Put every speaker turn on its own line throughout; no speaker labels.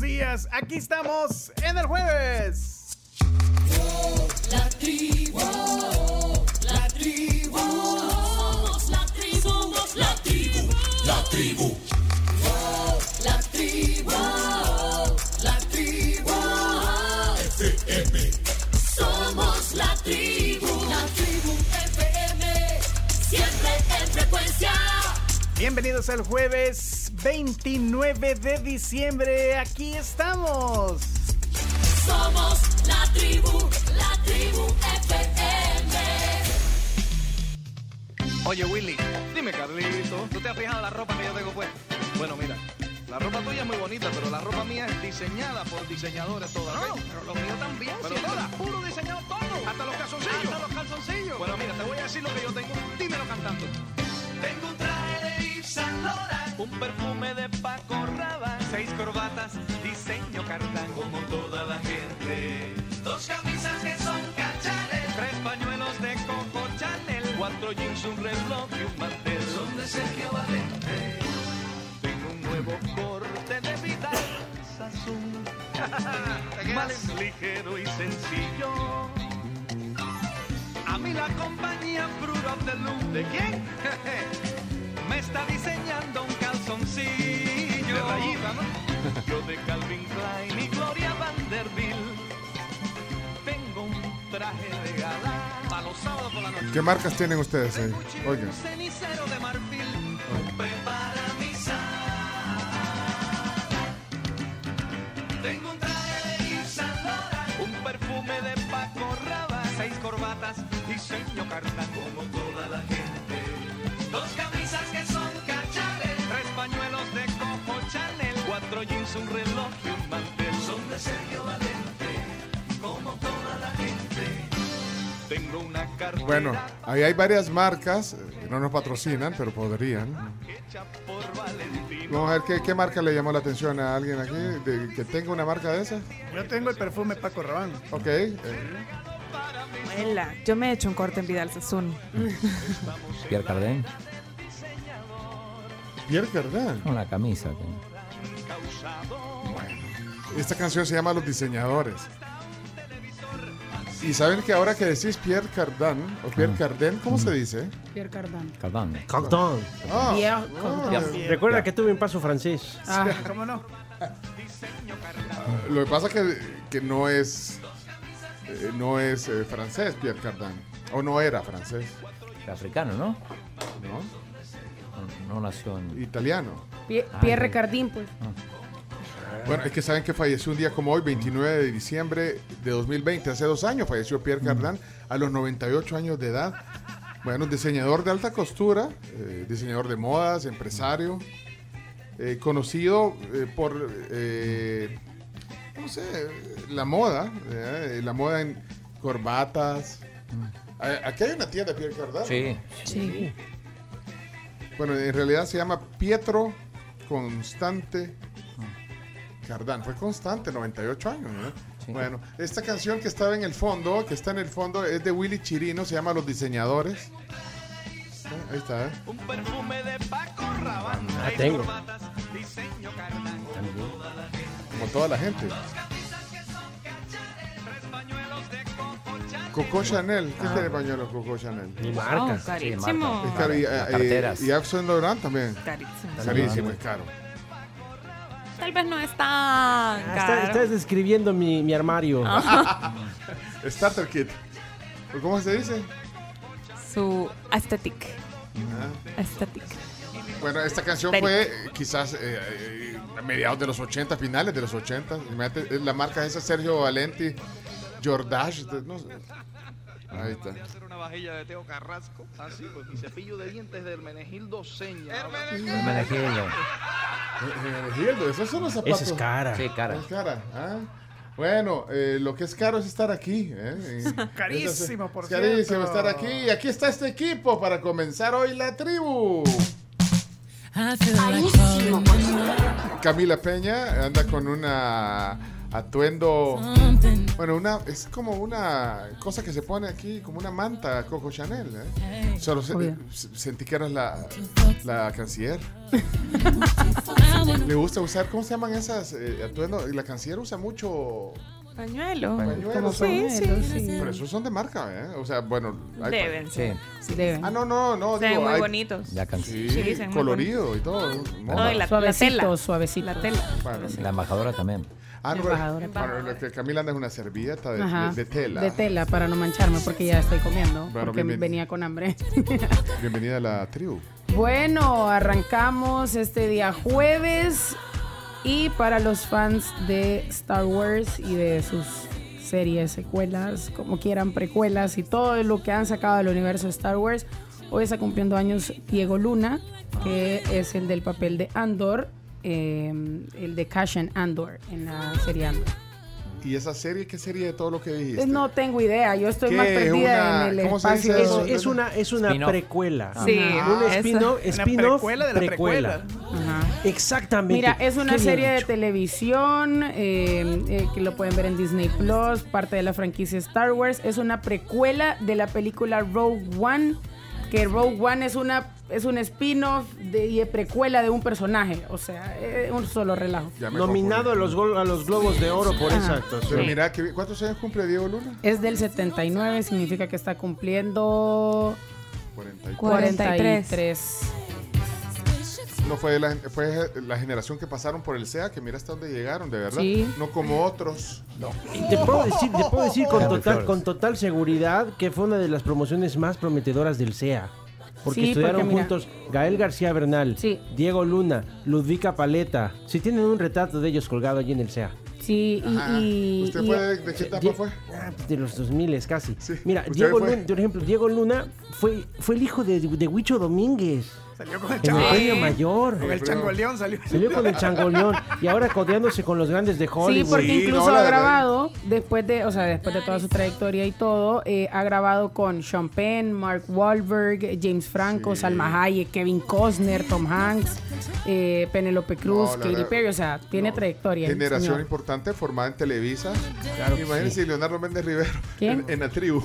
días. Aquí estamos en el jueves.
La tribu, la tribu, somos la tribu, somos la tribu,
La tribu,
la tribu, la tribu,
FM,
somos la tribu, la tribu FM, siempre en frecuencia.
Bienvenidos al jueves 29 de diciembre. Aquí estamos.
Somos la tribu, la tribu FM.
Oye, Willy, dime, Carlito, ¿tú te has fijado la ropa que yo tengo puesta? Bueno, mira, la ropa tuya es muy bonita, pero la ropa mía es diseñada por diseñadores todas. No, pero los míos también. Pero todas, puro diseñado todo. Hasta los calzoncillos. Hasta los calzoncillos. Bueno, mira, te voy a decir lo que yo tengo. Dímelo cantando. Tengo un traje de Yves Saint Laurent, un perfume de Paco Rabanne, seis corbatas, diseño Cardán, como toda la gente, dos camisas que son cachanes, tres pañuelos de Coco Chanel, cuatro jeans, un reloj y un mantel, son de Sergio Valente. Tengo un nuevo corte de vida, Samsung, más ligero y sencillo. A mí la compañía Fruit of the Loom. ¿De quién? Me está diseñando un calzoncillo. De Rayiva, ¿no? Yo de Calvin Klein y Gloria Vanderbilt. Tengo un traje de gala para los sábados por la noche.
¿Qué marcas tienen ustedes ahí?
Cuchillo,
Oigan,
un cenicero de marfil. Prepara misa. Tengo un traje de Yves Saint Laurent, un perfume de Paco Rabanne, seis corbatas, diseño cartán como toda la gente. Dos camisas que son cachales, tres pañuelos de Coco Chanel, cuatro jeans, un reloj y un mantel. Son de Sergio Valente, como toda la gente. Tengo una cartera
bueno, ahí hay varias marcas eh, que no nos patrocinan, pero podrían.
hecha por Valentino.
Vamos a ver qué, qué marca le llamó la atención a alguien aquí, de- que tenga una marca de esas.
Yo tengo el perfume Paco Rabanne.
Ok, eh,
Muela. Yo me he hecho un corte en Vidal Sassoon.
Pierre Cardin,
Pierre Cardin.
una camisa. que-
Esta canción se llama Los Diseñadores. Y saben que ahora que decís Pierre Cardin, o Pierre Cardin, ¿cómo se dice?
Pierre Cardin.
Cardin.
Cardin.
Ah,
Pierre
ah,
Cardin.
Recuerda que tuve un paso francés.
Ah,
¿Cómo no?
Lo que pasa que, que no es eh, no es eh, francés Pierre Cardin, o no era francés,
Africano, ¿no?
¿no?
No, no nació en...
Italiano.
Pie-
Ah,
Pierre
ya.
Cardin, pues.
Bueno, es que saben que falleció un día como hoy, 29 de diciembre de 2020, hace dos años falleció Pierre Cardin a los 98 años de edad. Bueno, un diseñador de alta costura, eh, diseñador de modas, empresario, eh, conocido eh, por, eh, no sé, la moda, eh, la moda en corbatas. A- Aquí hay una tienda de Pierre Cardin.
Sí.
Sí.
Bueno, en realidad se llama Pietro Constante Cardán. Fue constante, 98 años, ¿no?
Sí.
Bueno, esta canción que estaba en el fondo, que está en el fondo, es de Willy Chirino, se llama Los Diseñadores. Ah, Ahí está, ¿eh?
Un perfume de Paco Rabanne,
Ah,
seis
tengo.
corbatas, diseño Cardán, toda la gente.
como toda la gente. Coco Chanel,
Ah.
¿qué tiene pañuelo Coco Chanel?
Ni
Oh,
marcas.
carísimo.
Es caro y,
Las
eh,
carteras.
y Yves Saint Laurent también.
Carísimo.
Carísimo, es caro.
Tal vez no es tan
Ah,
caro.
está- estás describiendo mi, mi armario.
Ah.
Starter Kit. ¿Cómo se dice?
Su aesthetic.
Mm.
Ah.
Aesthetic.
Bueno, esta canción
Perico.
fue eh, quizás eh, eh, a mediados de los 80, finales de los 80. Imagínate, eh, La marca esa Sergio Valenti, Jordache, de- no sé. Ahí está.
Voy a hacer una vajilla de Teo Carrasco. Así, pues mi cepillo de dientes de Hermenegildo Seña. Hermenegildo.
Hermenegildo.
Hermenegildo, esos son los zapatos.
Esa es cara.
Sí, cara.
Es cara, ah. Bueno, eh, lo que es caro es estar aquí. ¿eh? En-
Carísimo,
es-
por
es Carísimo
cierto.
estar aquí. Y aquí está este equipo para comenzar hoy la tribu. Camila Peña anda con una atuendo. Bueno, una, es como una cosa que se pone aquí, como una manta Coco Chanel. ¿eh? Solo se-
Obvio.
se- sentí que eras la, la canciller. Le gusta usar, ¿cómo se llaman esas eh, atuendos? La canciller usa mucho,
Pañuelo.
Pañuelos.
Como
Sí,
pañuelos, sí.
pero esos son de marca, ¿eh? O sea, bueno. hay-
Deben
Sí,
ser. Sí, deben.
Ah, no, no, no.
Se ven
digo,
muy
hay-
bonitos.
la, can-
Sí,
Sí, se ven muy
colorido y todo. moda.
No, y la, la
Suavecito,
tela.
suavecito.
La tela.
Bueno,
la embajadora también.
Ah, no,
Embajadora.
bueno, lo que Camila anda es una servilleta de,
Ajá.
de- de tela.
De tela, para no mancharme, porque ya estoy comiendo.
Bueno,
porque
bienven-
venía con hambre.
Bienvenida a la tribu.
bueno, arrancamos este día jueves. Y para los fans de Star Wars y de sus series, secuelas, como quieran, precuelas y todo lo que han sacado del universo de Star Wars, hoy está cumpliendo años Diego Luna, que es el del papel de Andor, eh, el de Cashen Andor en la serie Andor.
¿Y esa serie? ¿Qué serie de todo lo que dijiste?
Eh, No tengo idea, yo estoy
¿Qué?
más perdida
Una-
en el
¿cómo se dice
espacio.
Es,
eso?
es una, es una
Spin-off.
precuela.
Sí,
Ajá.
Un
esa.
spin-off,
Una
spin-off,
precuela de la precuela.
Ajá.
Exactamente.
Mira, es una
Qué bien
serie de
dicho.
televisión eh, eh, que lo pueden ver en Disney Plus, parte de la franquicia Star Wars. Es una precuela de la película Rogue One, que Rogue One es una es un spin-off de, y precuela de un personaje. O sea, eh, un solo relajo.
Ya me
Nominado a
confundí.
los, gol- a los Globos de Oro por esa actuación.
Pero mira, que- ¿cuántos años cumple Diego Luna?
Es del 79, significa que está cumpliendo
44.
43.
43.
No fue de la, fue la generación que pasaron por el SEA, que mira hasta dónde llegaron, de verdad.
Sí.
No como otros.
Y Te puedo decir, te puedo decir con,
Harry
total,
Flores.
con total seguridad que fue una de las promociones más prometedoras del CEA. Porque
Sí,
estudiaron
porque mira-
juntos Gael García Bernal,
Sí.
Diego Luna, Ludvica Paleta. Si tienen un retrato de ellos colgado allí en el CEA.
Sí, y-
Ajá.
y-
¿Usted
y-
fue de, de qué etapa
Die-
fue?
Ah, pues de los 2000 casi.
Sí.
Mira,
¿Usted
Diego
fue?
Luna, por ejemplo, Diego Luna fue, fue el hijo de, de Huicho Domínguez
Salió con el
en
chango.
el premio mayor.
Con el chango león salió.
Salió con el changoleón y ahora codeándose con los grandes de
Sí,
Hollywood.
porque
Sí,
incluso
no, la
ha
verdad.
grabado, después de, o sea, después de toda su trayectoria y todo, eh, ha grabado con Sean Penn, Mark Wahlberg, James Franco,
Sí.
Salma Hayek, Kevin Costner, Tom Hanks, eh, Penelope Cruz,
No, la
Katy
verdad.
Perry, o sea, tiene trayectoria. el
Generación
señor.
importante formada en Televisa. Imagínense Leonardo Méndez Rivero
¿Quién?
en, en la tribu.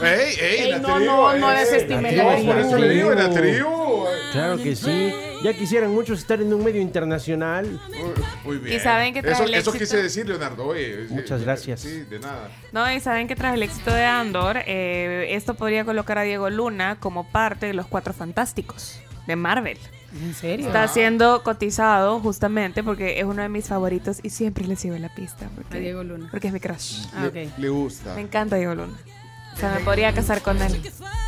¡Ey, ey!
Ey,
la
no,
tribu,
no, no
ey.
desestime la
No,
tribu.
Por eso le digo, en la
Tribu.
tribu.
Claro que sí. Ya quisieran muchos estar en un medio internacional.
Muy bien.
¿Y saben qué tal
eso,
el
eso
éxito?
quise decir, Leonardo. Oye,
Muchas
eh,
gracias.
Sí, de nada.
No, y saben que tras el éxito de Andor, eh, esto podría colocar a Diego Luna como parte de los Cuatro Fantásticos de Marvel.
¿En serio?
Está siendo cotizado justamente porque es uno de mis favoritos y siempre le sigo la pista. Porque,
A Diego Luna.
Porque es mi crush.
Ah,
le,
ok.
le gusta.
Me encanta Diego Luna. O sea, me podría casar con él.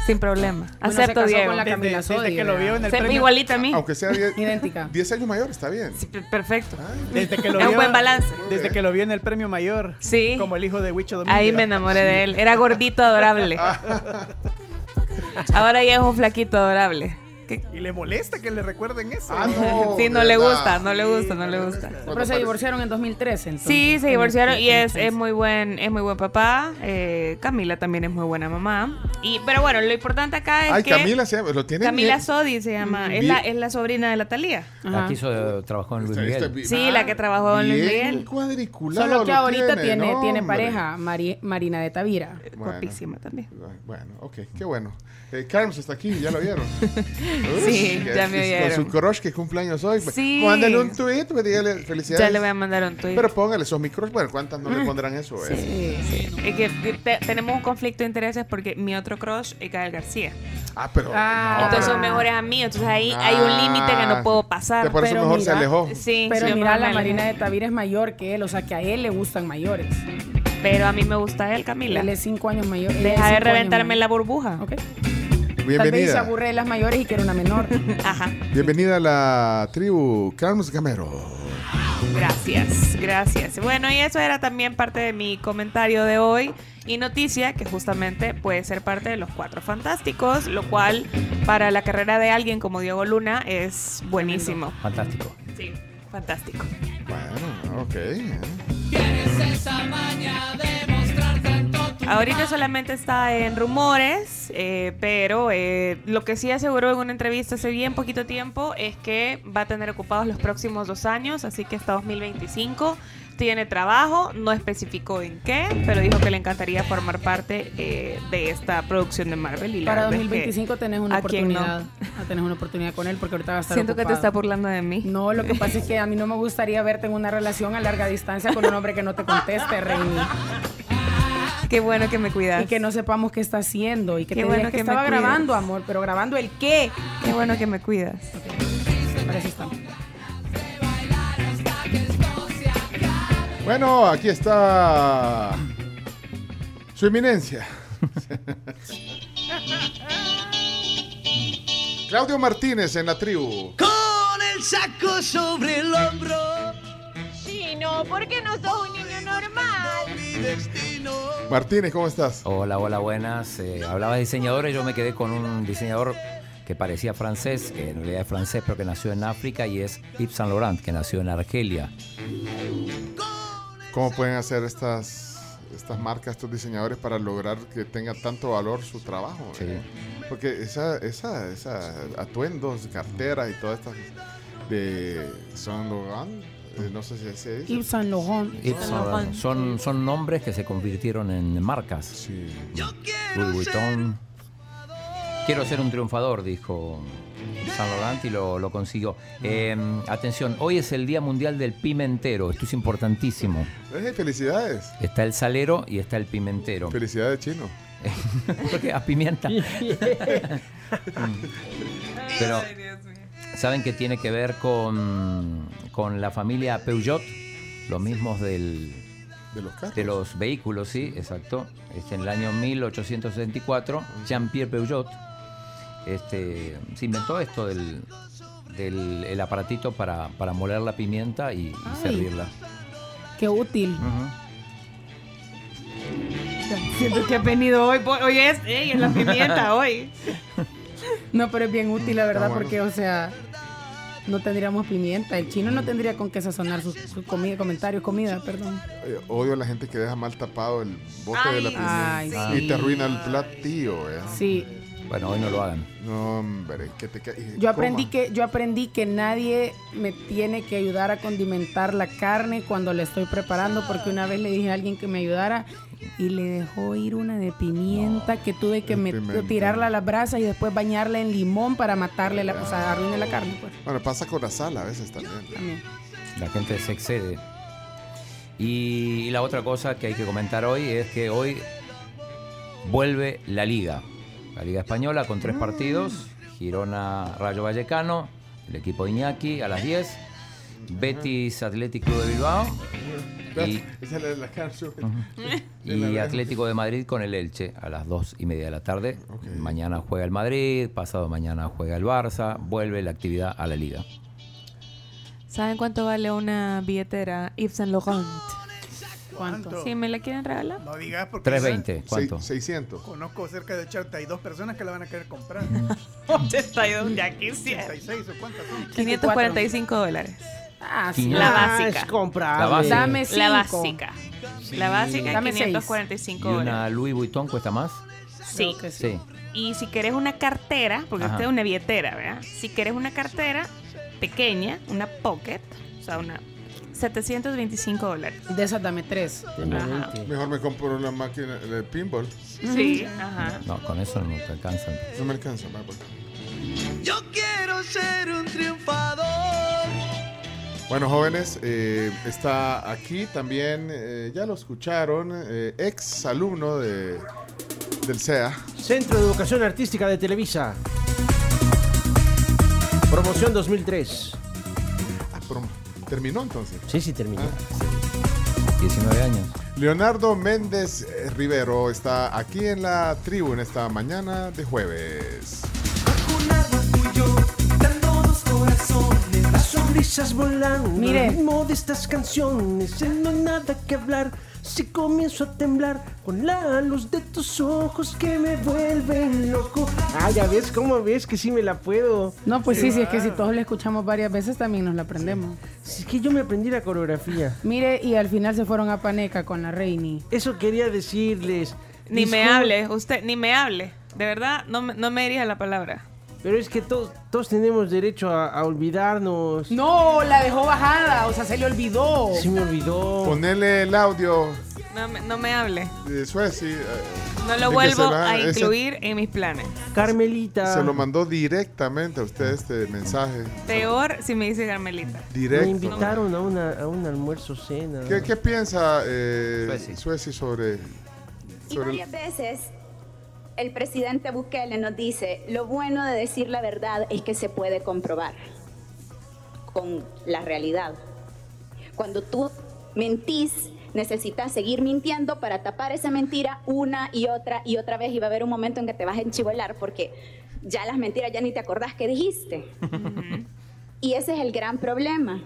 Sin problema.
Bueno, se
Acepto,
casó
Diego.
con la
Desde,
Camila
desde
Sodi,
que lo
¿verdad?
vio en el
Se-
premio.
igualita a mí.
Aunque Ah, sea 10
Idéntica.
10 años mayor, está bien.
Sí, per- Perfecto.
Desde que lo
Es
vio,
un buen balance.
Desde que lo vio en el premio mayor.
Sí.
Como el hijo de Huicho Domínguez.
Ahí me enamoré de él. Era gordito adorable.
Ah.
Ahora ya es un flaquito adorable. Que-
Y le molesta que le recuerden eso.
Ah, no.
sí, no
de
le
verdad.
gusta, no le gusta, no le gusta.
Cuando
Pero se
aparece-
divorciaron en 2013, entonces.
Sí, se divorciaron y es, es
2013.
muy buen, es muy buen papá. Eh, Camila también es muy buena mamá. Y, pero bueno, lo importante acá es
Ay,
que
Camila, se llama- lo tiene
Camila
bien.
Sodi se llama, es
Bien.
la, es la sobrina de la Talía.
Ajá.
Aquí hizo, trabajó en Luis
Está- está
Miguel.
bien.
Sí, la que trabajó en Luis
bien
Miguel.
cuadriculado.
Solo que
lo
ahorita tiene, tiene,
¿no, hombre?
pareja, Mari- Marina de Tavira.
Eh,
Bueno.
Guapísima también.
Bueno, ok, qué bueno. Eh, Carms está aquí, ya lo vieron.
Sí, ya
Con
me
su
oyeron.
crush que cumpleaños hoy. Pues,
Sí.
Mándale un tweet, pues, dígale felicidades.
Ya le voy a mandar un tweet.
Pero póngale, sos mi crush. Bueno, ¿cuántas no le pondrán eso? eh?
Es que te- te- tenemos un conflicto de intereses porque mi otro crush es Gael García.
Ah, pero.
Ah,
no,
Entonces
pero-
son mejores amigos. Entonces ahí hay un límite que no puedo pasar.
Ya por eso
Pero
mejor se
mira,
alejó.
Sí,
Pero
sí,
mira,
yo
la
me
Marina de
alejé.
Tavira es mayor que él, o sea que a él le gustan mayores.
Pero a mí me gusta él, Camila.
Él es cinco años mayor. ella es
Deja
cinco
de
años
reventarme la
mayor.
burbuja.
Ok. Tal vez se
Bienvenida.
aburre de las mayores y quiere una menor.
Ajá.
Bienvenida a la tribu Carms Gamero.
Gracias, gracias. Bueno, y eso era también parte de mi comentario de hoy y noticia que justamente puede ser parte de los Cuatro Fantásticos, lo cual para la carrera de alguien como Diego Luna es buenísimo.
Fantástico.
Sí, fantástico.
Bueno, ok. eh.
Tienes esa maña de mostrar tanto tu
ahorita solamente está en rumores, eh, pero eh, lo que sí aseguró en una entrevista hace bien poquito tiempo es que va a tener ocupados los próximos dos años, así que hasta 2025 tiene trabajo, no especificó en qué, pero dijo que le encantaría formar parte eh, de esta producción de Marvel. Y la
Para
verdad es que
2025 tenés una
¿a quién no?
oportunidad. Ah, Tenés una oportunidad con él porque ahorita va a estar
Siento que te está
ocupado.
burlando de mí.
No, lo que pasa es que a mí no me gustaría verte en una relación a larga distancia con un hombre que no te conteste, Reni.
Qué bueno que me cuidas.
Y que no sepamos qué está haciendo. Y que
Qué
te diga
bueno
que,
que me
estaba
cuidas.
grabando, amor. Pero grabando el qué.
Qué bueno que me cuidas.
Para eso estamos.
Bueno, aquí está su eminencia. Claudio Martínez en la tribu.
Con el saco sobre el hombro,
Chino, ¿por qué no sos un niño normal?
mi destino.
Martínez, ¿cómo estás?
Hola, hola, buenas. Eh, hablaba de diseñadores, yo me quedé con un diseñador que parecía francés, que en realidad es francés, pero que nació en África y es Yves Saint Laurent, que nació en Argelia.
¿Cómo pueden hacer estas, estas marcas, estos diseñadores para lograr que tenga tanto valor su trabajo?
Sí.
eh? Porque esa, esa, esa atuendos, carteras y todas estas de Saint Laurent, eh, no sé si se dice.
Yves Saint Laurent.
Yves Saint Laurent. Son, son nombres que se convirtieron en marcas.
Sí.
Louis Vuitton. Quiero ser un triunfador, dijo San Laurent y lo, lo consiguió. Eh, atención, hoy es el Día Mundial del Pimentero. Esto es importantísimo.
Eh, felicidades.
Está el salero y está el pimentero.
Felicidades, chino.
Porque a pimienta. Pero saben que tiene que ver con, con la familia Peugeot, los mismos del,
De los carros.
de los vehículos, sí, exacto. Este, en el año 1874, Jean-Pierre Peugeot este, se inventó esto del, del el aparatito para, para moler la pimienta y, y
Ay.
servirla.
Qué útil.
Ujú.
Siento que ha venido hoy. po- Hoy es, ey, es la pimienta hoy.
No, pero es bien útil, la verdad,
está bueno.
porque, o sea, no tendríamos pimienta. El chino no tendría con qué sazonar su, su comida, comentario, comida, perdón.
Eh, Odio a la gente que deja mal tapado el bote de la
Ay,
pimienta.
Ay,
Y te arruina el platillo, ¿eh?
Sí,
Bueno, hoy no lo hagan.
No, hombre, que te ca- y
yo aprendí
coma.
que yo aprendí que nadie me tiene que ayudar a condimentar la carne cuando la estoy preparando, porque una vez le dije a alguien que me ayudara y le dejó ir una de pimienta que tuve que
el
met-
pimentón.
tirarla a la brasa y después bañarla en limón para matarle la, o sea, arruine la carne, pues.
Bueno, pasa con la sal a veces también.
También.
La gente se excede. Y, la otra cosa que hay que comentar hoy es que hoy vuelve la Liga. La Liga Española con tres partidos. Girona Rayo Vallecano, el equipo de Iñaki a las 10. Betis Atlético de Bilbao y,
Esa es la, la canción.
y Atlético de Madrid con el Elche a las 2 y media de la tarde.
Ok.
Mañana juega el Madrid, pasado mañana juega el Barça. Vuelve la actividad a la Liga.
¿Saben cuánto vale una billetera Yves Saint Laurent?
¿Cuánto?
Si me la quieren regalar.
No digas porque
3.20, ¿cuánto?
Sei- 600.
conozco cerca de 82 personas que la van a querer comprar.
82, ya quisiera.
86 o cuántas son.
545 dólares.
Ah, sí.
Quinientos.
La
Ah,
básica.
es comprable.
La básica.
Dame
La
cinco.
básica. La básica,
Dame seis.
Y
545 dólares.
una Louis Vuitton cuesta más.
Sí.
Creo que sí.
Sí.
Y si querés una cartera, porque
Ajá.
esta es una billetera, ¿verdad? Si querés una cartera pequeña, una pocket, o sea, una 725 dólares.
De esas dame tres.
Ajá.
Mejor me compro una máquina de pinball.
Sí, ajá.
No, con eso no te alcanzan.
No me alcanza, ma, porque-
Yo quiero ser un triunfador.
Bueno, jóvenes, eh, está aquí también, eh, ya lo escucharon, eh, ex alumno de, del E SEA.
Centro de Educación Artística de Televisa. Promoción 2003.
Ah, pero terminó entonces. Ah.
Sí, sí, terminó.
19 años.
Leonardo Méndez eh, Rivero está aquí en la tribu en esta mañana de jueves.
Las sonrisas volando.
Mire.
Al ritmo de estas canciones. ya No hay nada que hablar. Si comienzo a temblar con la luz de tus ojos que me vuelven loco. Ah, ya ves, ¿cómo ves que sí me la puedo?
No, pues sí, sí, es que si todos la escuchamos varias veces también nos la aprendemos.
Si es que yo me aprendí la coreografía.
Mire, y al final se fueron a Paneca con la Reini.
Eso quería decirles.
Ni me
Disculpe.
hable, usted, ni me hable. De verdad, no, me- no me dirija la palabra.
Pero es que todos, todos tenemos derecho a, a olvidarnos.
No, la dejó bajada, o sea, se le olvidó.
Se me olvidó.
Ponele el audio
No me, no me hable.
de Suecia. eh,
No
de que
lo vuelvo
se la-
a
ese-
incluir en mis planes.
Carmelita.
se lo mandó directamente a usted este mensaje.
Peor si me dice Carmelita.
Me
Directo.
invitaron a, una, a un almuerzo cena.
¿Qué, qué piensa eh,
Sueci.
Sueci sobre,
Y
sobre
varias veces el presidente Bukele nos dice, lo bueno de decir la verdad es que se puede comprobar con la realidad. Cuando tú mentís, necesitas seguir mintiendo para tapar esa mentira una y otra y otra vez y va a haber un momento en que te vas a enchivolar porque ya las mentiras ya ni te acordás que dijiste. y ese es el gran problema.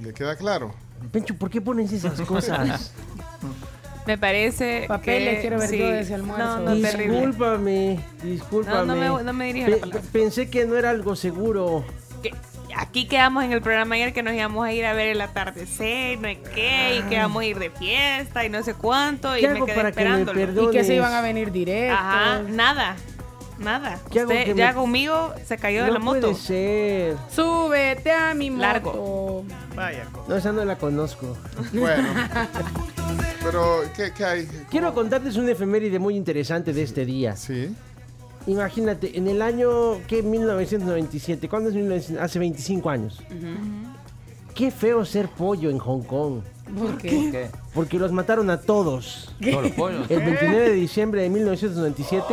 le queda claro?
Pencho, ¿por qué pones esas cosas?
Me parece.
Papeles
que,
quiero ver
sí.
yo de ese almuerzo.
No, no, terrible.
discúlpame, discúlpame.
No, no me- no me dirías la
Pe-
palabra.
Pensé que no era algo seguro.
Que- Aquí quedamos en el programa ayer que nos íbamos a ir a ver el atardecer, no sé qué, y que vamos a ir de fiesta y no sé cuánto, y
Ah. ¿Qué
me
hago
quedé
para que me
esperándolo.
perdone?
Y que se iban a venir directos.
Ajá, nada, nada.
¿Qué hago
Usted
que
ya
me-
conmigo se cayó de
no
la moto.
puede ser.
Súbete a mi moto.
Largo.
Vaya, co-
No, esa no la conozco.
Bueno. Pero, ¿qué, qué hay?
Quiero contarles un efeméride muy interesante de este día.
Sí.
Imagínate, en el año, ¿qué? 1997. ¿Cuándo es 1900? Hace 25 años. Qué feo ser pollo en Hong Kong.
¿Por qué?
¿Qué?
Porque los mataron a todos.
Todos los pollos.
El 29 de diciembre de 1997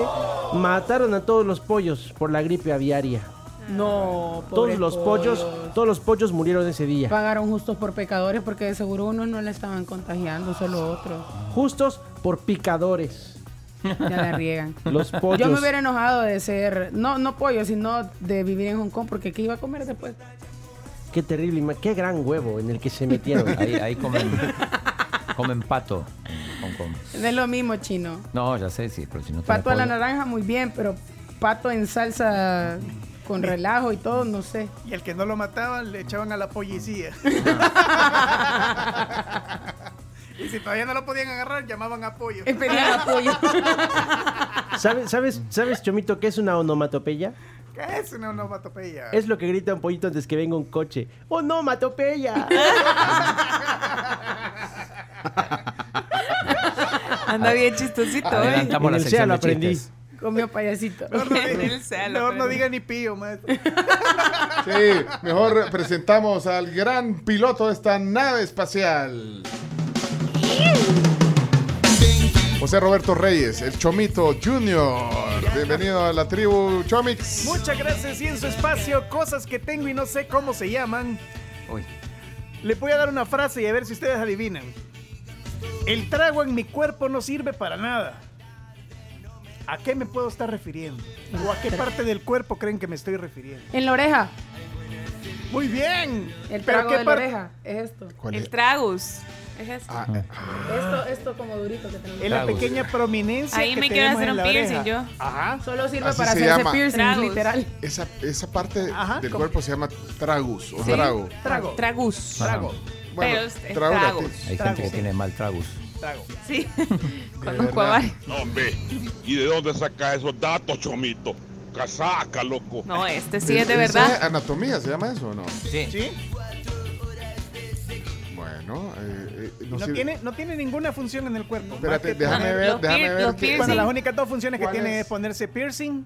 mataron a todos los pollos por la gripe aviaria.
No,
Todos
pobres
los
pollos.
pollos, todos los pollos murieron ese día.
Pagaron justos por pecadores porque de seguro unos no la estaban contagiando, solo otros.
Justos por picadores.
Ya la riegan.
Los pollos.
Yo me hubiera enojado de ser, no, no pollo, sino de vivir en Hong Kong, porque ¿qué iba a comer después?
Qué terrible, ima- qué gran huevo en el que se metieron.
Ahí, ahí comen, comen pato en Hong Kong.
No es lo mismo, chino.
No, ya sé, sí, pero si no te
Pato a la
pollo- Ah,
naranja, muy bien, pero pato en salsa con relajo y todo, no sé.
Y el que no lo mataban le echaban a la policía. y si todavía no lo podían agarrar, llamaban apoyo.
Eh, Pedían apoyo.
¿Sabes, sabes, ¿Sabes, Chomito, qué es una onomatopeya?
¿Qué es una onomatopeya?
Es lo que grita un pollito antes que venga un coche. ¡Onomatopeya!
Anda bien chistosito, ¿eh?
Adelantamos
En
la
el
sección
SEA lo
de
aprendí.
chistes.
Comió payasito.
Mejor no,
En el
diga,
salón,
mejor no
pero-
diga ni pío, maestro.
Sí, mejor presentamos al gran piloto de esta nave espacial. José Roberto Reyes, el Chomito Junior. Bienvenido a la tribu Chomix.
Muchas gracias y en su espacio, cosas que tengo y no sé cómo se llaman.
Uy.
Les voy a dar una frase y a ver si ustedes adivinan. El trago en mi cuerpo no sirve para nada. ¿A qué me puedo estar refiriendo? ¿O a qué parte del cuerpo creen que me estoy refiriendo?
En la oreja.
Muy bien.
El
¿Pero
trago
qué
de la
par-
oreja. Es esto.
¿Cuál
El
es?
tragus. Es eso.
Ah,
Esto, esto como durito que tenemos.
Es la
Tragos.
pequeña prominencia.
Ahí
que
me
tenemos
quiero hacer
en
un
la
piercing
oreja.
yo.
Ajá.
Ah, Solo sirve
Así
para
se
hacerse
llama.
piercing,
Tragos.
literal.
esa, esa parte
Ajá,
del
¿cómo?
cuerpo se llama tragus o
Sí.
trago.
Trago.
Tragus.
Trago.
Pero es- es
trago
trago.
latín.
Hay gente
Trago,
que
sí.
tiene mal tragus.
Trago.
Sí.
verdad.
Conozco a varios.
Hombre, ¿y de dónde saca esos datos, chomito? Casaca, loco.
No, este sí es de
¿Eso
verdad.
Anatomía, ¿se llama eso o no?
Sí.
¿Sí?
Bueno, eh, eh,
No,
sirve-
tiene, no tiene ninguna función en el cuerpo. Más
Espérate,
que-
déjame ver,
Los
déjame
pier-
ver.
los
qué-
piercing.
Cuando las únicas dos funciones que
¿Cuál
tiene
es?
es ponerse piercing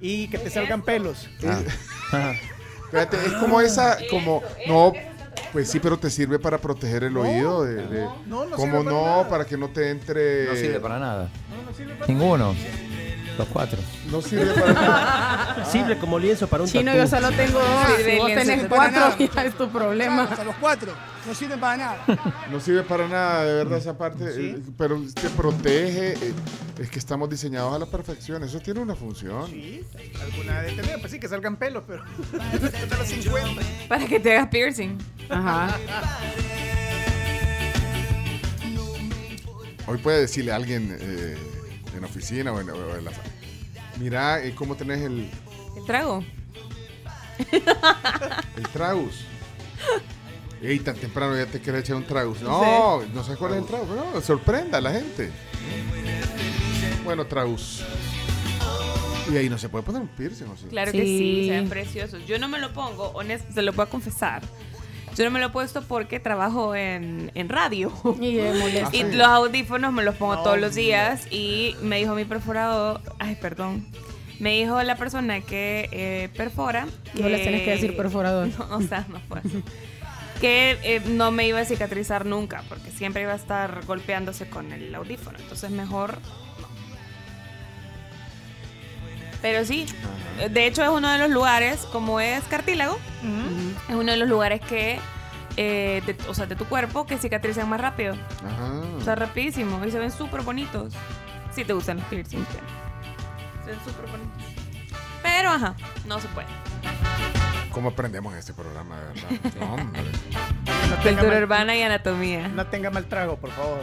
y que te salgan pelos.
Espérate, es como esa, como, no, pues sí, pero te sirve para proteger el oído de, de-
no, no
como
sirve para
no,
nada.
para que no te entre,
No sirve para nada.
No, no sirve para-
Ninguno. Los cuatro.
no sirve para nada.
Sirve como lienzo para un
Chino,
tatú.
yo solo tengo dos.
Sí,
Si vos
Delia,
tenés
sí.
cuatro, ya es tu problema.
los cuatro. No sirven para nada.
no sirve para nada, de verdad esa parte,
Sí.
eh, pero te protege, eh, es que estamos diseñados a la perfección, eso tiene una función.
Sí, alguna de tener. Pues sí, que salgan pelos, pero. Hasta los 50.
Para que te hagas piercing.
Ajá.
Hoy puede decirle a alguien eh, en la oficina o en, o en la fa- mira eh, cómo tenés el,
El trago.
El tragus. Ey, tan temprano ya te querés echar un tragus. No, no sé cuál es el tragus. No, sorprenda a la gente. Bueno, Traus. Y ahí no se puede poner un piercing, ¿o sí?
Claro que sí, se ven preciosos. Yo no me lo pongo, honesto, se lo voy a confesar. Yo no me lo he puesto porque trabajo en, en radio.
Y eh, es molesto.
Y los audífonos me los pongo todos los días. Y me dijo mi perforador, ay, perdón. Me dijo la persona que eh, perfora.
No les tienes que decir perforador.
No, o sea, no fue así. Que eh, no me iba a cicatrizar nunca, porque siempre iba a estar golpeándose con el audífono. Entonces, mejor Pero sí, de hecho es uno de los lugares, como es cartílago, es uno de los lugares que, eh, de- o sea, de tu cuerpo que cicatrizan más rápido.
Ajá.
O sea, rapidísimo. Y se ven súper bonitos. Si te gustan los piercings. claro. Se ven súper bonitos. Pero, ajá, no se puede.
¿Cómo aprendemos en este programa, de verdad? No, hombre.
No tenga,
Cultura
mal,
urbana y anatomía.
no tenga mal trago, por favor.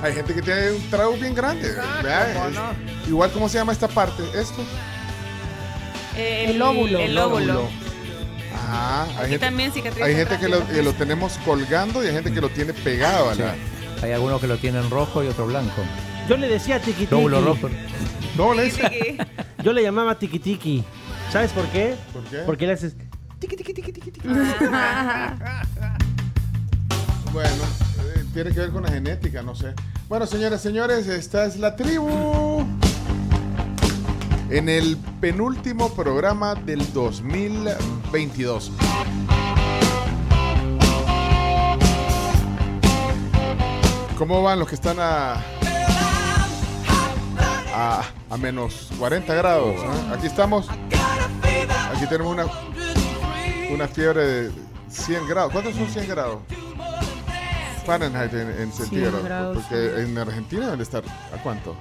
Hay gente que tiene un trago bien grande.
Exacto,
vea,
¿cómo
es-
no?
Igual, ¿cómo se llama esta parte? ¿Esto?
El óvulo.
El óvulo.
Lóbulo. Ah, hay
Aquí
gente,
también cicatriza.
hay gente que lo,
rápido.
que lo tenemos colgando y hay gente que lo tiene pegado a la...
Hay algunos que lo tienen rojo y otro blanco.
Yo le decía tiqui tiqui.
Lóbulo rojo.
¿Cómo le
Sí,
dicen?
sí.
Yo le llamaba tiqui tiqui. ¿Sabes por qué?
¿Por qué?
Porque le haces.
Bueno, eh, tiene que ver con la genética, no sé. Bueno, señoras, señores, esta es la tribu. En el penúltimo programa del 2022. ¿Cómo van los que están a, a, a menos 40 grados? eh? Aquí estamos. Aquí tenemos una, una fiebre de 100 grados. ¿Cuántos son 100 grados? Fahrenheit en, en centígrados.
grados.
Porque en Argentina deben de estar. ¿A cuánto?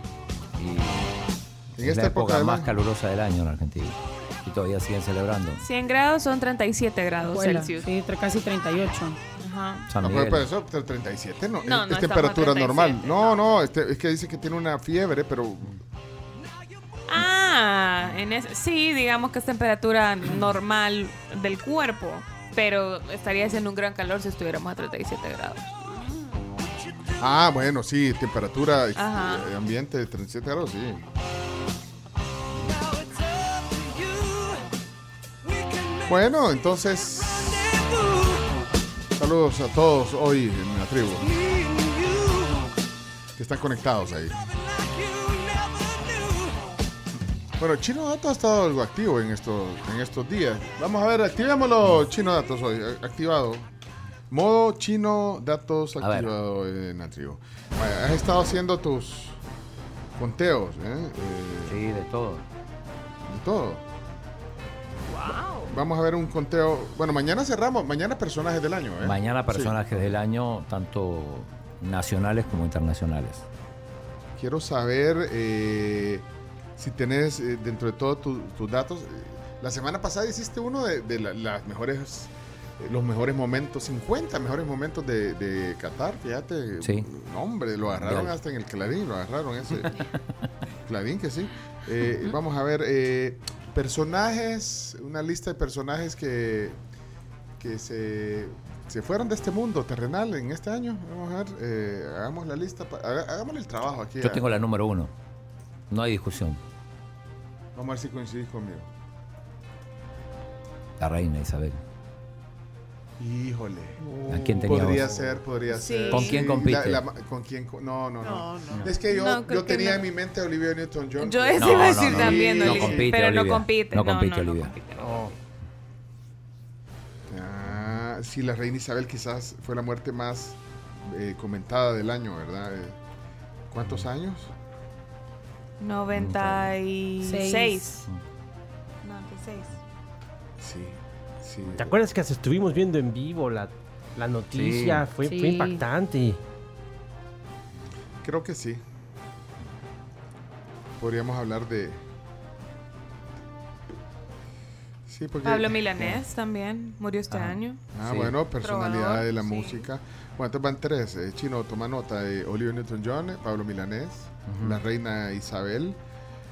Y
En
es
esta época,
la época más
además-
calurosa del año en Argentina. Y todavía siguen celebrando.
100 grados son 37 grados
Vuela,
Celsius.
sí, tre- casi 38.
Ajá.
San
No, pero,
Miguel.
pero eso, tre- 37 no,
No, no
es,
estamos
es
a
temperatura
37,
normal. No,
no.
no, este, es que dice que tiene una fiebre, pero
Ah, en ese- sí, digamos que es temperatura normal del cuerpo, pero estaría haciendo un gran calor si estuviéramos a 37 grados.
Ah, bueno, sí, temperatura, este,
Ajá.
ambiente de 37 grados, sí. Bueno, entonces, saludos a todos hoy en la tribu. Que están conectados ahí. Bueno, Chino Dato ha estado algo activo en estos, en estos días. Vamos a ver, activémoslo Chino Datos hoy, a- activado. Modo Chino Datos
A ver.
activado en la tribu. Vaya, has estado haciendo tus conteos, ¿eh? Eh,
Sí, de todo.
de todo. Vamos a ver un conteo. Bueno, mañana cerramos. Mañana personajes del año, ¿eh?
Mañana
personajes.
personajes del año, tanto nacionales como internacionales.
Quiero saber eh, si tenés eh, dentro de todos tu- tus datos. eh, La semana pasada hiciste uno de, de la- las mejores, eh, los mejores momentos, 50 mejores momentos de, de Qatar, fíjate.
Sí.
No, hombre, lo agarraron
Mundial.
hasta en el Clarín, lo agarraron ese. Clarín que sí. Eh, Vamos a ver, eh, personajes, una lista de personajes que, que se, se fueron de este mundo terrenal en este año. Vamos a ver, eh, hagamos la lista, pa- haga- hagámosle el trabajo aquí. ¿eh?
Yo
a-
tengo la número uno. No hay discusión.
Vamos a ver si coincidís conmigo.
La reina Isabel.
Híjole.
¿A quién teníamos?
Podría ser, podría ser.
¿Con quién compite?
la- la- ¿Con quién? co- No, no, no, Es que yo,
No, creo
yo
que
tenía
no.
en mi mente a Olivia Newton-John.
Yo eso
No,
iba a
no,
decir
no.
también,
Sí,
no
Olivia,
compite,
pero no
Olivia.
compite.
No compite, Olivia.
No. Ah, sí, la reina Isabel quizás fue la muerte más eh, comentada del año, ¿verdad? Eh, ¿Cuántos años?
96.
Seis.
96.
Sí, sí.
¿Te acuerdas que hasta estuvimos viendo en vivo la, la noticia?
Sí.
Fue,
Sí.
fue impactante.
Creo que sí. Podríamos hablar de... Sí, porque...
Pablo Milanés también murió este año.
Ah,
Sí.
bueno, personalidad
Trovador,
de la
sí.
música. Bueno, entonces van tres. eh, Chino, toma nota. eh, Oliver Newton-John, eh, Pablo Milanés, la reina Isabel.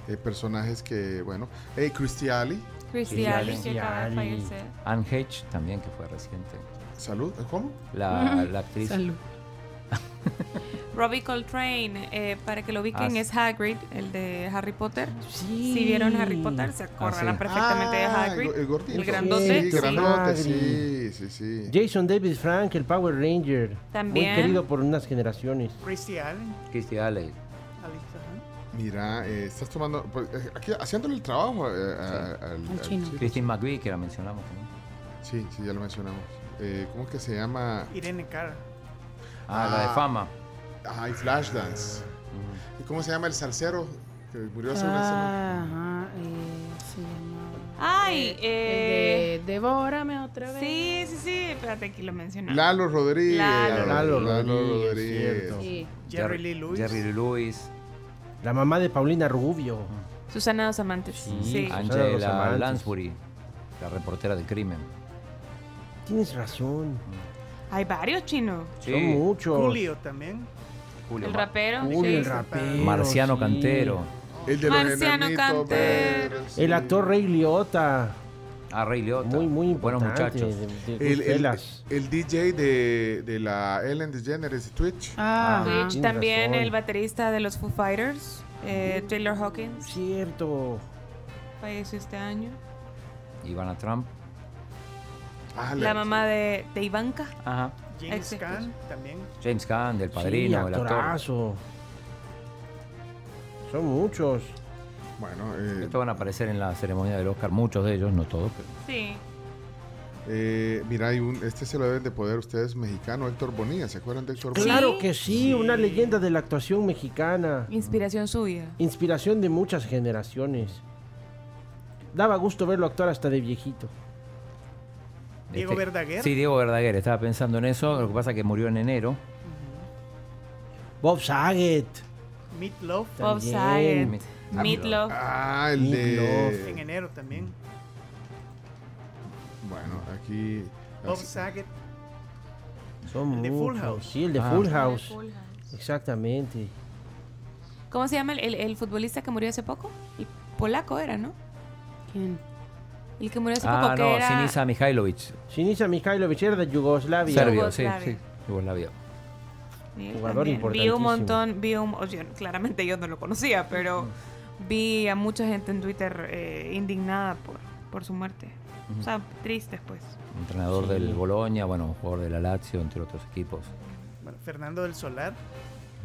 eh, personajes que, bueno. Eh, Christy Ali.
Christy
Sí,
Alley, que
Christy
acaba de
Alley.
fallecer.
Anne Hedge también, que fue reciente.
Salud. ¿eh, ¿Cómo?
La, la actriz.
Salud.
Robbie Coltrane, eh, para que lo ubiquen,
Ah,
es Hagrid, el de Harry Potter.
Sí.
Si vieron Harry Potter, se acordarán
Ah, sí.
perfectamente de
Ah,
Hagrid.
el, el gordito.
grandote.
Sí,
Sí.
grandote, sí,
Magri.
sí, sí.
Jason Davis Frank, el Power Ranger.
También.
Muy querido por unas generaciones.
Christy Allen.
Christy Alley.
pues
Ah,
Alexa Hunt.
Mira, eh, estás tomando, pues, eh, aquí haciéndole el trabajo eh, a- al, al
chino.
chico.
Christine McVie, que la mencionamos también.
Sí, sí, ya lo mencionamos. Eh, ¿Cómo es que se llama?
Irene Cara.
Ah, la de
Ah.
fama.
Ay, Flashdance. ¿Y cómo se llama el salsero que murió hace una
Ah,
semana?
Ajá, eh, se llama-
Ay, eh,
el de Devórame otra vez.
sí, sí, sí, espérate, aquí lo mencionamos.
Lalo Rodríguez.
Lalo
Lalo
Rodríguez,
Rodríguez.
cierto.
Sí.
Jerry Lee Lewis.
Jerry Lee Lewis.
La mamá de Paulina Rubio.
Susana Dos Amantes. Sí.
ah,
Sara Rosa
Angela
Amantes.
Lansbury, la reportera del crimen.
Tienes razón.
Hay varios chinos.
Son muchos.
Julio también.
Julio
El
Ma-
rapero.
Julio,
sí.
el rapero.
Marciano
sí.
Cantero.
El de los
Marciano
enanitos
Cantero.
verdes,
El
sí.
actor Ray Liotta.
Ah, Ray Liotta.
Muy, muy
Buenos
importante.
muchachos.
de- de
El, el,
Goodfellas.
el DJ de, de la Ellen DeGeneres de Twitch.
Ah,
Twitch,
ajá.
tienes
también
razón.
el baterista de los Foo Fighters, eh, Taylor Hawkins,
Cierto.
falleció este año.
Ivana Trump.
Ah,
La mamá de, de Ivanka.
Ajá.
James
Exacto.
Caan también.
James Caan, del
sí,
padrino, el actor.
actorazo. Son muchos.
Bueno, eh,
Estos van a aparecer en la ceremonia del Oscar, muchos de ellos, no todos. pero-
Sí.
eh, mira, hay un, este se lo deben de poder ustedes mexicano, Héctor Bonilla. ¿Se acuerdan de Héctor Bonilla?
Claro que sí, una leyenda de la actuación mexicana.
Inspiración suya.
Inspiración de muchas generaciones. Daba gusto verlo actuar hasta de viejito.
Diego Verdaguer.
este- Sí, Diego Verdaguer, estaba pensando en eso. Lo que pasa es que murió en enero.
Bob Saget.
Meat Love
Bob
También.
Saget. Meatloaf.
Ah, el
en
de.
enero también.
Bueno, aquí.
Bob Saget.
Son
El de Full
muchos.
House.
Sí, el de
Ah.
Full House. Exactamente.
¿Cómo se llama el, el- el futbolista que murió hace poco? El polaco era, ¿no?
¿Quién?
El que murió hace
Ah,
poco que
no,
era...
Sinisa Mihailovic.
Sinisa Mikhailovic era de Yugoslavia.
Serbia.
Serbio, sí, sí.
Yugoslavia.
Yugoslavia.
Sí,
Jugador
también. Vi
importantísimo.
un montón, vi un, o sea, claramente yo no lo conocía, pero vi a mucha gente en Twitter eh, indignada por, por su muerte. O sea, tristes pues.
Entrenador del Boloña, bueno, jugador de la Lazio, entre otros equipos.
Bueno, Fernando del Solar.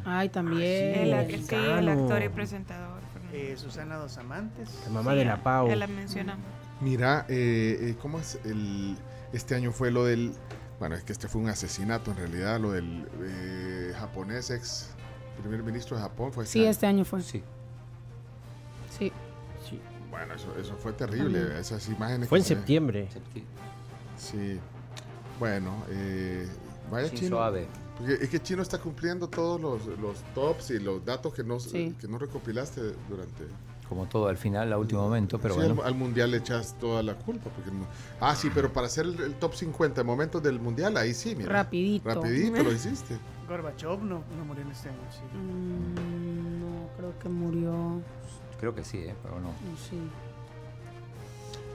Ay, también.
Sí,
El, ac- sí, el
mexicano.
actor y presentador. Fernando.
eh, Susana Dos Amantes.
La mamá
Sí,
de la Pau.
Ya la mencionamos.
Mira, eh, eh, ¿cómo es el. Este año fue lo del. Bueno, es que este fue un asesinato en realidad, lo del eh, japonés ex primer ministro de Japón. Fue este
Sí,
año.
este año fue.
Sí.
Sí.
Sí.
Bueno, eso, eso fue terrible, esas imágenes.
Fue en
que se-
septiembre.
Sí. Bueno, eh, vaya
Shinzo
chino.
Abe.
Porque es que Chino está cumpliendo todos los, los tops y los datos que no, eh,
Sí.
que no recopilaste durante.
Como todo al final, a último momento, pero
Sí, al-
bueno.
al, mundial le echas toda la culpa. Porque, el mu- ah, sí, pero para hacer el, el top 50 de momentos del mundial, ahí sí, mira.
Rapidito.
Rapidito lo hiciste.
Gorbachev no, no murió en este año. sí.
Mm, no, creo que murió.
Creo que sí, ¿eh? pero no.
No sé.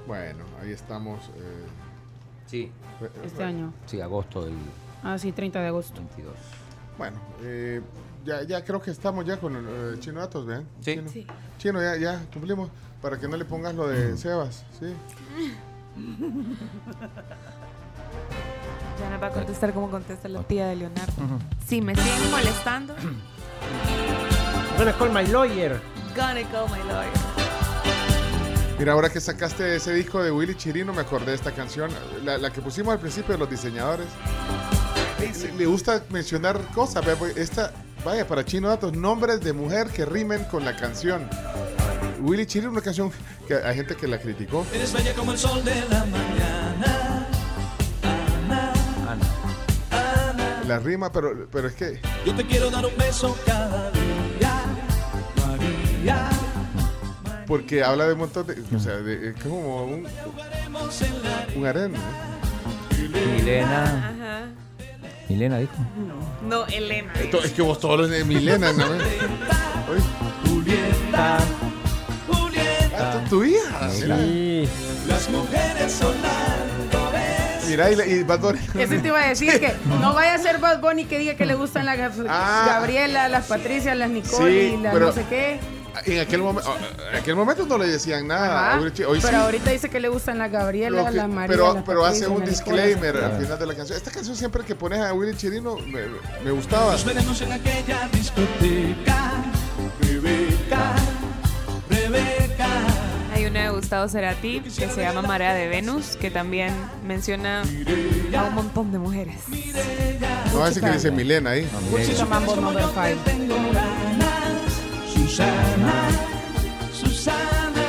Bueno, ahí estamos. eh,
Sí.
re-
Este
re-
año.
Sí, agosto del
Ah, sí, 30 de agosto.
22.
Bueno, eh, ya, ya creo que estamos ya con eh, Chino Datos, ¿ven?
Sí.
Chino,
Sí.
Chino, ya, ya cumplimos. Para que no le pongas lo de Sebas, ¿sí?
Ya no va a contestar como contesta la tía de Leonardo. Si me siguen molestando,
Bueno, call my lawyer.
gonna call my lawyer.
Mira, ahora que sacaste ese disco de Willy Chirino, me acordé de esta canción, la, la que pusimos al principio de los diseñadores. Eh, Le, le gusta mencionar cosas, vea, pues, esta, vaya, para Chino Datos, nombres de mujer que rimen con la canción. Willy Chirino, una canción que hay gente que la criticó.
Eres bella como el sol de la mañana.
Ah, no.
La rima, pero, pero es que
Yo te quiero dar un beso cada día. María,
Porque habla de un montón de. O sea, de- es como un,
jugaremos en la arena.
un harén. ¿eh?
Milena.
Ajá.
Milena dijo.
No, Elena.
Esto- es que vos todos los de Milena, ¿no? Oye,
Julieta, Julieta,
ah, esto es tu hija. mira.
Sí.
las mujeres son las
Y Mira, y, y Bad Bunny.
Eso te iba a decir que no vaya a ser Bad Bunny que diga que le gustan las Gab-
Ah.
Gabriela, las Patricia, las Nicole
Sí,
y las
pero-
no sé qué.
En aquel, momen- en aquel momento no le decían nada.
Ajá.
Hoy sí- Ah, hoy
pero
sí.
ahorita dice que le gustan las Gabriela,
Lo que-
las María.
pero
las
pero hace
Patricia,
un
las
disclaimer
Nicolas.
al final de la canción. Esta canción siempre que pones a Willy Chirino me, me gustaba.
Nos veremos en aquella discoteca. Rebeca, Rebeca.
Hay una de Gustavo Cerati que se llama Marea de Venus, que también menciona a un montón de mujeres.
No, a que dice Milena ahí.
Chica Mambo number five.
Susana, Susana.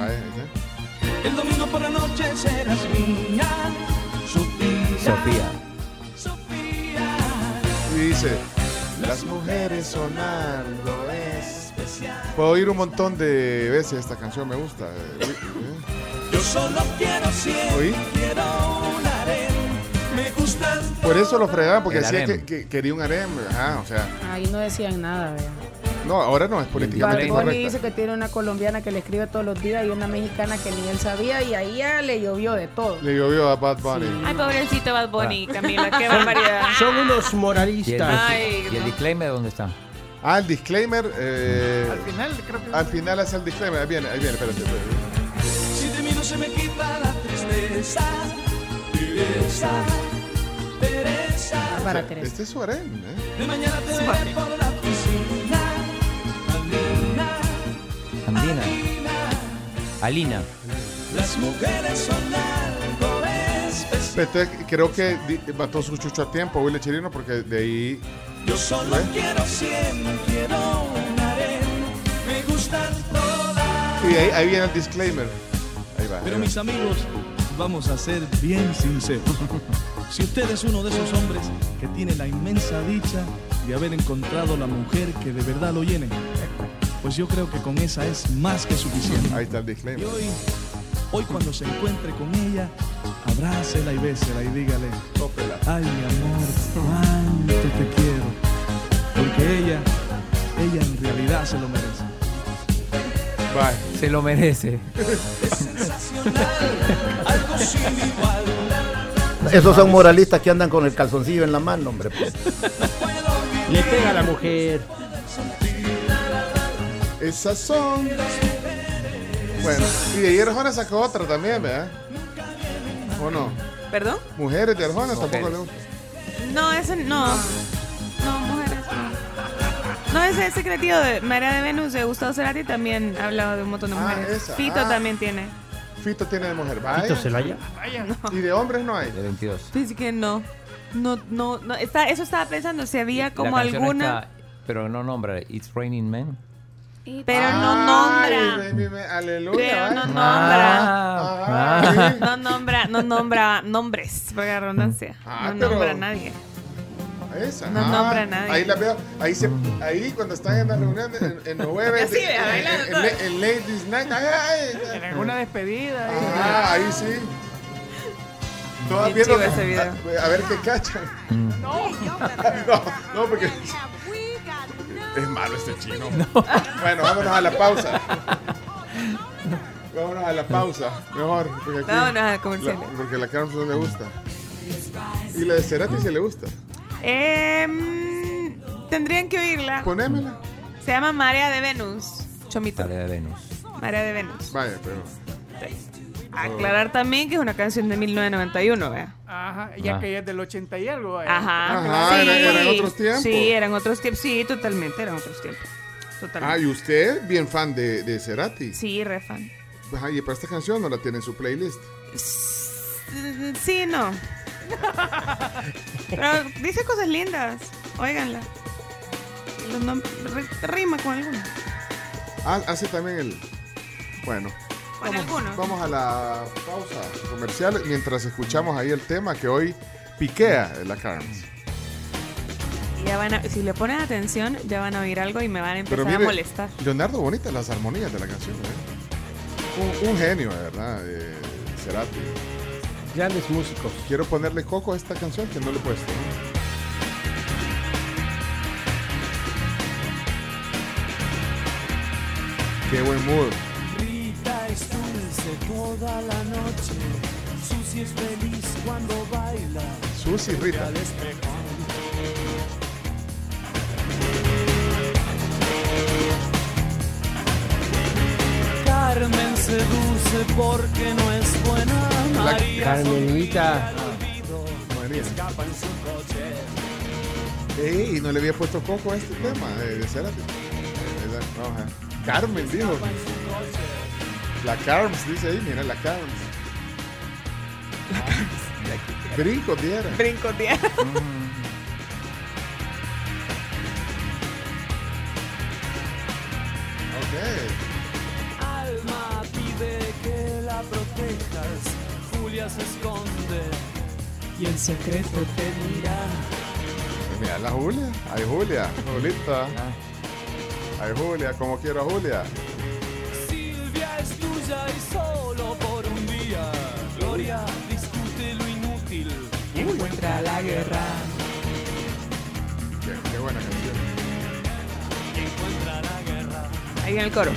Ahí, ahí, ahí.
El domingo por la noche serás mía.
Sofía.
Y dice, las mujeres son algo especial. Puedo oír un montón de veces esta canción, me gusta. Eh, eh,
Yo solo quiero siempre
¿Oí?
quiero un harem. Me gustas
Por eso lo fregaban, porque
El
decía que,
harem.
que quería un harem. Ajá, o sea,
Ahí no decían nada, vea.
no, ahora no es políticamente
Bad Bunny
correcta.
dice que tiene una colombiana que le escribe todos los días y una mexicana que ni él sabía y ahí ya le llovió de todo.
Le llovió a Bad Bunny.
Ay, pobrecito Bad Bunny, Camila, qué barbaridad.
Son unos
¿Y el,
moralistas.
Ay,
y el
no.
disclaimer dónde está?
Ah, el disclaimer. eh,
Al final, creo que.
al final hace el disclaimer. Ahí viene, ahí viene, espérate. espérate.
Si de mí no se me quita la tristeza, Teresa, Teresa.
ah, Para Teresa.
Este es su harem, ¿eh?
De mañana te veré por la piscina, Andina.
Andina. Alina.
Las mujeres son algo especial.
Entonces, este creo que di- mató su chucho a tiempo, Willy Chirino, porque de ahí.
Yo solo
¿Eh?
quiero siempre quiero un harem. Me gustan todas.
Y de ahí, ahí viene el disclaimer. Ahí va. ahí
Pero
va.
mis Pues, amigos, vamos a ser bien sinceros. Si usted es uno de esos hombres que tiene la inmensa dicha de haber encontrado la mujer que de verdad lo llene, pues yo creo que con esa es más que suficiente.
Ahí está el
Y
disclaimer.
hoy, hoy cuando se encuentre con ella, abrácela y bésela y dígale,
Tópela.
ay mi amor, cuánto te quiero. Porque ella, ella en realidad se lo merece.
Bye.
Se lo merece.
Algo sin igual,
Esos son moralistas que andan con el calzoncillo en la mano, hombre. pues.
Le pega a la mujer.
Esas son. Bueno, y de ahí Arjona sacó otra también, ¿verdad? ¿O no?
¿Perdón?
Mujeres de Arjona tampoco le gusta.
No, ese no. No, mujeres no. No, ese ese creativo de Marea de Venus de Gustavo Cerati también ha hablado de un montón de
Ah,
mujeres.
esa,
Fito
ah.
también tiene.
Fito tiene de mujer,
Esto
vaya.
se lo haya.
Y de hombres no hay.
De 22.
Dice que no. No, no, no. Está, eso estaba pensando, si había como
La canción
alguna.
está- pero no nombra. It's Raining Men.
Pero no nombra.
Ay, mi- mi- aleluya.
Pero
vaya.
no nombra.
Ah, sí.
No nombra, no nombra nombres, por la redundancia.
Ah,
no
pero-
nombra a nadie.
Esa.
No
ah,
nombra a nadie.
Ahí la veo. Ahí, se, ahí cuando están en la reunión en, en nueve.
Así, vea,
en- en-
bailando
en-
todas.
en Ladies Night. Ay, ay,
En
ay.
alguna despedida. ahí.
Ah, ahí sí. Todas
Bien
viendo.
chivo ese video.
A, a ver qué cachan. No, no, porque. Es malo este chino. Bueno, vámonos a la pausa. Vámonos a la pausa, mejor. Porque aquí,
Vámonos a comerciales.
la- porque la Carms no le gusta. Y la de Cerati sí le gusta.
Em, tendrían que oírla.
Ponémela.
Se llama Marea de Venus. Chomito.
Tarea ah. de Venus.
Marea de Venus.
Vaya, pero.
Aclarar también que es una canción de 1991, vea.
Ajá, ya
Ah.
que ella es del 80 y algo. eh. ahí.
Ajá.
Ajá,
sí.
era- eran otros tiempos.
Sí, eran otros tiempos. Sí, totalmente, eran otros tiempos.
Ah,
Totalmente.
y usted, bien fan de, de Cerati.
Sí, refan.
Ajá, y para esta canción no la tiene en su playlist.
Sí, no. Pero dice cosas lindas. Óiganla. Los nom- ri- rima con alguno.
Ah, hace también el. Bueno.
Con alguno.
Vamos a la pausa comercial mientras escuchamos ahí el tema que hoy piquea en la Carms.
Ya van a- si le ponen atención, ya van a oír algo y me van a empezar
Pero mire,
a molestar.
Leonardo, bonitas las armonías de la canción. ¿eh? Un, un genio, de verdad, eh, Cerati.
Grandes músicos.
Quiero ponerle coco a esta canción que no le he puesto. ¿no? Qué buen mood.
Rita es dulce toda la noche, Susi es feliz cuando va
Susi Rita.
Carmen seduce porque no es buena. María
Carmenita.
María.
escapa en su coche.
Ey, no le había puesto coco a este tema eh, de Cerati. Eh, la- no, ajá. Carmen dijo. La Carms dice ahí, mira, la Carms. Ah, Brinco diera.
Brinco tía.
Ok.
Alma pide que la protejas. Julia se esconde y en secreto te mira.
Mira, la Julia. Ay, Julia. Julita.
Ah,
Ay, Julia, como quiero a Julia.
Silvia es tuya y solo por un día. Gloria discute lo inútil y encuentra la guerra.
Qué, qué buena canción.
Y encuentra la guerra.
Ahí en el coro.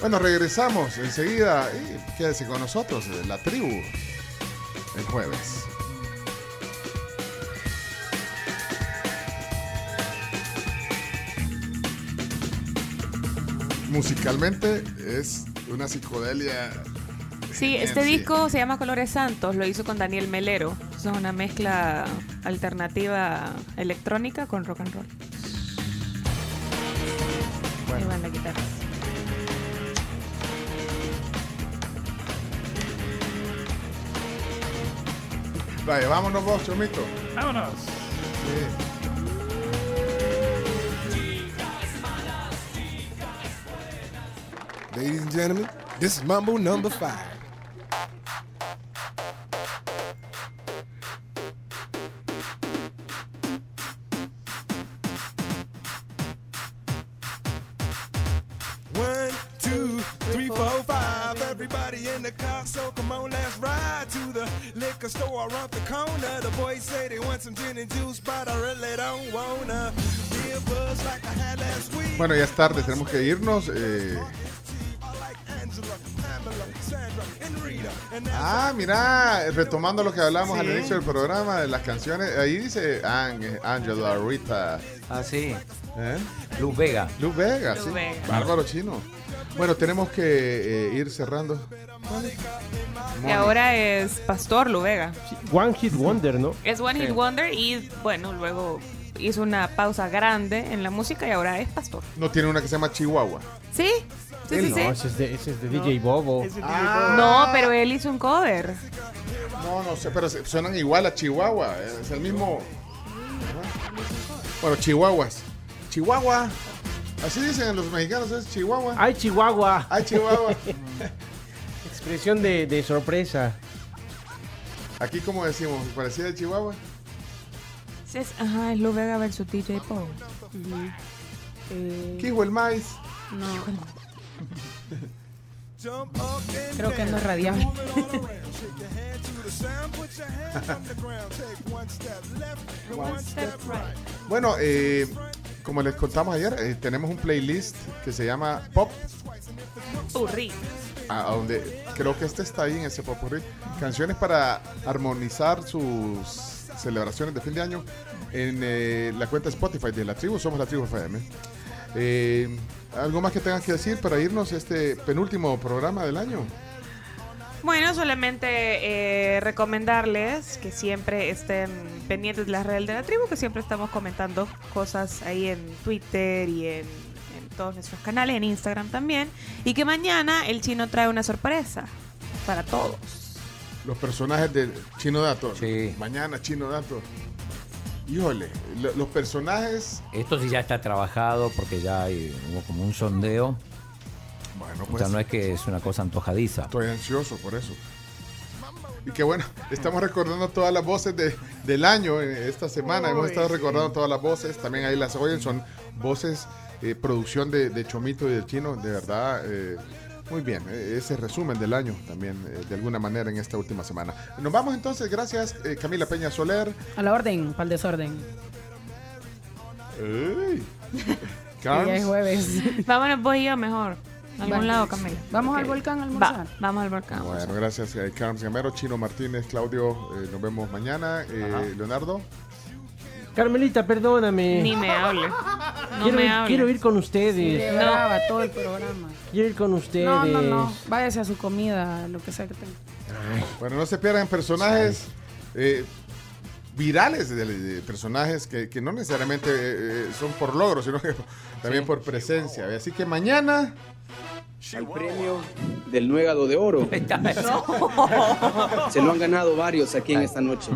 Bueno, regresamos enseguida. Y quédese con nosotros, eh, la tribu. El jueves. Musicalmente es una psicodelia.
Sí, este
Sí.
disco se llama Colores Santos, lo hizo con Daniel Melero. Es una mezcla alternativa electrónica con rock and roll. Ahí van las guitarras.
Vaya, vámonos vos, Chomito.
Vámonos.
Ladies and gentlemen, this is Mambo number five.
One, two, three, four, five. Everybody in the car, so come on, let's ride to the liquor store around the corner. The boys say they want some gin and juice, but I really don't wanna. Be a buzz like I had last week.
Bueno, ya es tarde, tenemos que irnos. eh.
Angela, Pamela, Sandra, and Rita. And that's
Ah, mira, retomando lo que hablábamos al
Sí.
inicio del programa de las canciones, ahí dice Ang- Angela Rita.
Ah, sí.
¿Eh?
Luz Vega.
Luz Vega,
Luz
sí.
Vega.
Bárbaro chino. Bueno, tenemos que eh, ir cerrando.
Y ahora es Pastor Luvega.
One Hit Wonder, ¿no?
Es One Hit
Sí.
Wonder y bueno, luego hizo una pausa grande en la música y ahora es Pastor.
No tiene una que se llama Chihuahua.
¿Sí? Sí, sí, sí.
No, ese es de, ese es de DJ Bobo.
é
No, pero él hizo un cover.
No, no sé, pero se- suenan igual a Chihuahua. eh, Es el mismo. Bueno, Chihuahuas. Chihuahua. Así dicen los mexicanos, es Chihuahua.
¡Ay, Chihuahua!
¡Ay, Chihuahua!
Expresión de, de sorpresa.
Aquí, como decimos, parecía de Chihuahua.
Sí, es- Ajá, es Luvega versus DJ Paul.
¿Qué hijo el maíz?
No.
Jump up and
Creo que no es
down.
radiable.
Move it all around. Shake your hand to the sound, put your hand on the ground. Take one step left and one, step, right.
Bueno, eh, como les contamos ayer, eh, tenemos un playlist que se llama Pop,
Urri.
a, a donde creo que este está ahí en ese popurrí. Canciones para armonizar sus celebraciones de fin de año en eh, la cuenta Spotify de la tribu, somos la tribu FM. Eh, ¿Algo más que tengas que decir para irnos a este penúltimo programa del año?
Bueno, solamente eh, recomendarles que siempre estén pendientes de las redes de la tribu, que siempre estamos comentando cosas ahí en Twitter y en, en todos nuestros canales, en Instagram también, y que mañana el chino trae una sorpresa para todos.
Los personajes de Chino Dato. Mañana Chino Dato. Híjole, lo- los personajes...
Esto sí ya está trabajado porque ya hay hubo como un sondeo.
Bueno,
O
pues...
sea, no es que es una cosa antojadiza.
Estoy ansioso por eso. Y que bueno, estamos recordando todas las voces de- del año eh, esta semana. Hemos estado recordando todas las voces. También ahí las oyen. Son voces, eh, producción de, de Chomito y del Chino. De verdad, eh, muy bien. Eh, ese resumen del año también, eh, de alguna manera, en esta última semana. Nos vamos entonces. Gracias, eh, Camila Peña Soler.
A la orden, para el desorden.
Ey.
Y ya es
Carms.
jueves.
¿Ah?
Vámonos vos y yo mejor. Algún
Vale.
lado, Camila.
Vamos al
Ok.
volcán a almorzar.
Va, vamos al volcán. a
Bueno,
almorzar.
gracias, eh, Carlos Gamero, Chino Martínez, Claudio. eh, nos vemos mañana. Eh, Leonardo.
Carmelita, perdóname.
Ni me hable. No
quiero,
me
ir,
hable.
quiero ir con ustedes.
Celebraba todo el programa.
Quiero ir con ustedes.
No, no, no. Váyase a su comida, lo que sea que tenga.
Bueno, no se pierdan personajes eh, virales, de, de personajes que, que no necesariamente eh, eh, son por logro, sino que también por presencia. Así que mañana.
Al premio del Nuegado de Oro. Se lo han ganado varios aquí en esta noche.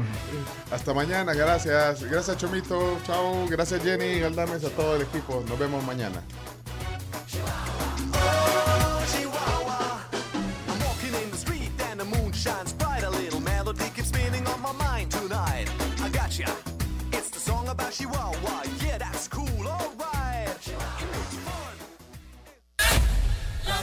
Hasta mañana, gracias. Gracias Chomito, chao. Gracias Jenny, Galdames, a todo el equipo. Nos vemos mañana.
Chihuahua. I'm walking in the street and the moon shines bright. A little melody keeps spinning on my mind tonight. I gotcha. It's the song about Chihuahua. Yeah, that's cool. Alright.
La